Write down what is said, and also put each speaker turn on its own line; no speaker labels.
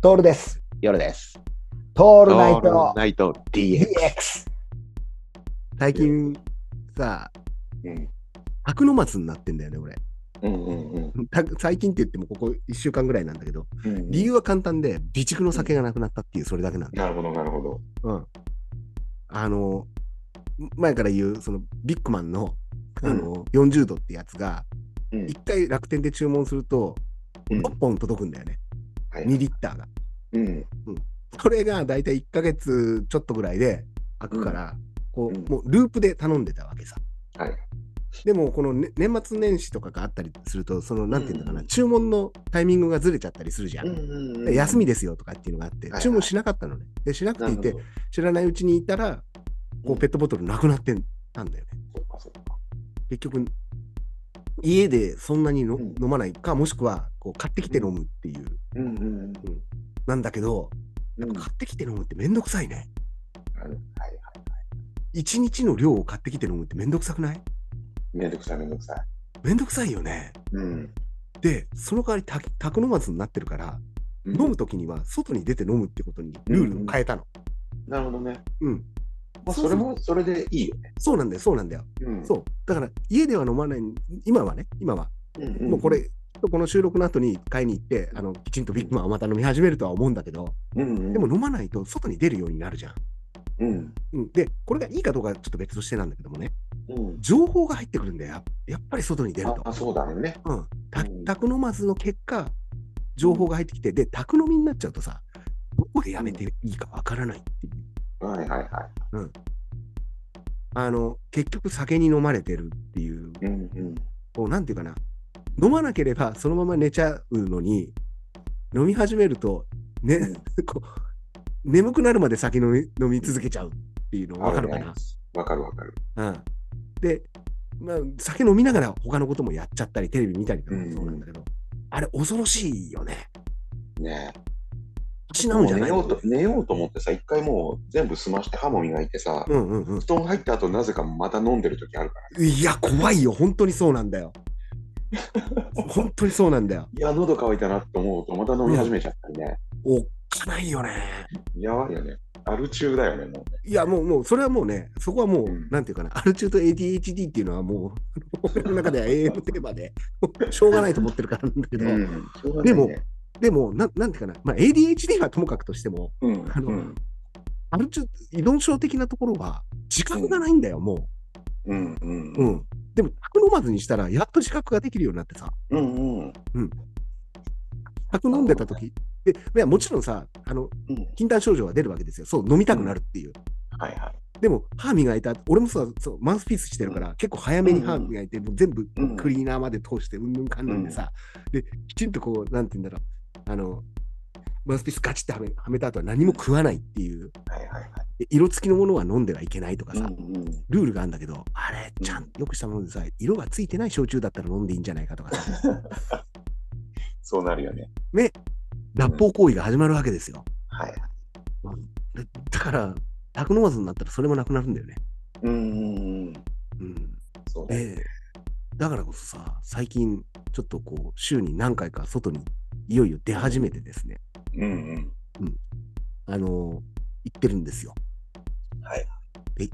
トールです。
夜です。
ト
オ
ールナイト
ナイト DX。
DX。
最近さ、
うん
白の松になってんだよね、俺。
うんうん
た最近って言ってもここ1週間ぐらいなんだけど、
うん
理由は簡単で、備蓄の酒がなくなったっていう、それだけなんだ。
なるほどなるほど。
うん。あの、前から言う、そのビッグマンのあの、40度ってやつが、
うん
1回楽天で注文すると、
うん
6本届くんだよね、
はい
2リッターが。
うん
それが大体1ヶ月ちょっとぐらいで開くから、こ
うん
う、もうループで頼んでたわけさ。
はい
でも、このね、年末年始とかがあったりすると、その、なんていうんだかな、
うん
注文のタイミングがずれちゃったりするじゃん。
うん
で休みですよとかっていうのがあって
いは、い
注文しなかったのね。で、しなく
な
て
る
いて
ほど、。
知らないうちにいたら、こ
う
う、
ん
ペットボトルなくなってたんだよね。
そうかそうか
結局、家でそんなにの、
うん
飲まないか、もしくは、こう、買ってきて飲むっていう、
うんうん
なんだけど、
うん。
買ってきて飲むってめんどくさいね。
はいはい。
一日の量を買ってきて飲むってめんどくさくない
めんどくさいめんどくさい。
めんどくさいよね。
うん。
で、その代わりた宅飲まずになってるから、飲む時には外に出て飲むってことにルールを変えたの。
なるほどね。
うん。
まあそれもそれでいいよね。
そうなんだよ、そうなんだよ。
うん
そう。だから家では飲まない、今はね、今は。
うんうん
もうこ。れ、この収録の後に買いに行って、あのきちんとビッグマンをまた飲み始めるとは思うんだけど、
うんうん。
でも飲まないと外に出るようになるじゃん。
うん
うん、で、これがいいかどうかはちょっと別としてなんだけどもね、
うん。
情報が入ってくるんだよ。やっやっぱり外に出る
あ
と。
あそうだよね。
うん、た
うん
宅飲まずの結果、情報が入ってきて、で、宅飲みになっちゃうとさ、どこでやめていいかわからないっていう。
はいはいはい。
あの、結局酒に飲まれてるっていう、
うんうん。
こう、なんていうかな、飲まなければそのまま寝ちゃうのに、飲み始めると、
う
ね
ん、
こう、眠くなるまで酒飲み飲み続けちゃうっていうのわかるか
あね
な。
わかるわかる。
うん。で、まあ、酒飲みながら他のこともやっちゃったり、テレビ見たりとかもそうなんだけど、あれ恐ろしいよね。
ね
死
え。
な
も
ん
う
じゃ
寝
ない
ようと寝ようと思ってさ一回もう全部済まして歯も磨いてさ。
うんうんうん
布団入った後なぜかまた飲んでる時あるから、ね、
いや、怖いよ。本当にそうなんだよ。本当にそうなんだよ。
いや喉乾いたなと思うとまた飲み始めちゃったりね、
おっかないよね。
やばいよねアル中だよねもうね
いや、もう、もう、それはもうね、そこはもう、
うん
なんていうかな、アルチューと ADHD っていうのはもう、 僕の中では永遠のテーマで、しょうがないと思ってるからなんだけど、
うんしょうがないね
でもでもな、なんていうかな、まあ、ADHD はともかくとしても、
うん
あの
うん
アルチュー、依存症的なところは、自覚がないんだよ、も
うんうん
う。うん。でも、宅飲まずにしたら、やっと自覚ができるようになってさ、
うんうん
宅飲んでた時で、いや、もちろんさ、あの、
うん
禁断症状は出るわけですよ。そう、飲みたくなるっていう。
はいはい
でも、歯磨いた後、俺もそうそう、マウスピースしてるから、結構早めに歯磨いて、もう全部
うん
クリーナーまで通して、うんぬんかんぬんでさ、で、きちんとこう、なんて言うんだろう、あの、マウスピースガチってはめはめた後は何も食わないっていう、
はいはいはい
で色付きのものは飲んではいけないとかさ、
うんうん
ルールがあるんだけど、あれ、
うん
ちゃんとよくしたものでさ、色がついてない焼酎だったら飲んでいいんじゃないかとかさ、
そうなるよね
脱法行為が始まるわけですよ。
はいはい
でだから、宅飲まずになったらそれもなくなるんだよね。
うんうんうん
うん
そうだよね
で、だからこそさ、最近、ちょっとこう、週に何回か外にいよいよ出始めてですね、
うんうん
あのー行ってるんですよ。
はい。
で、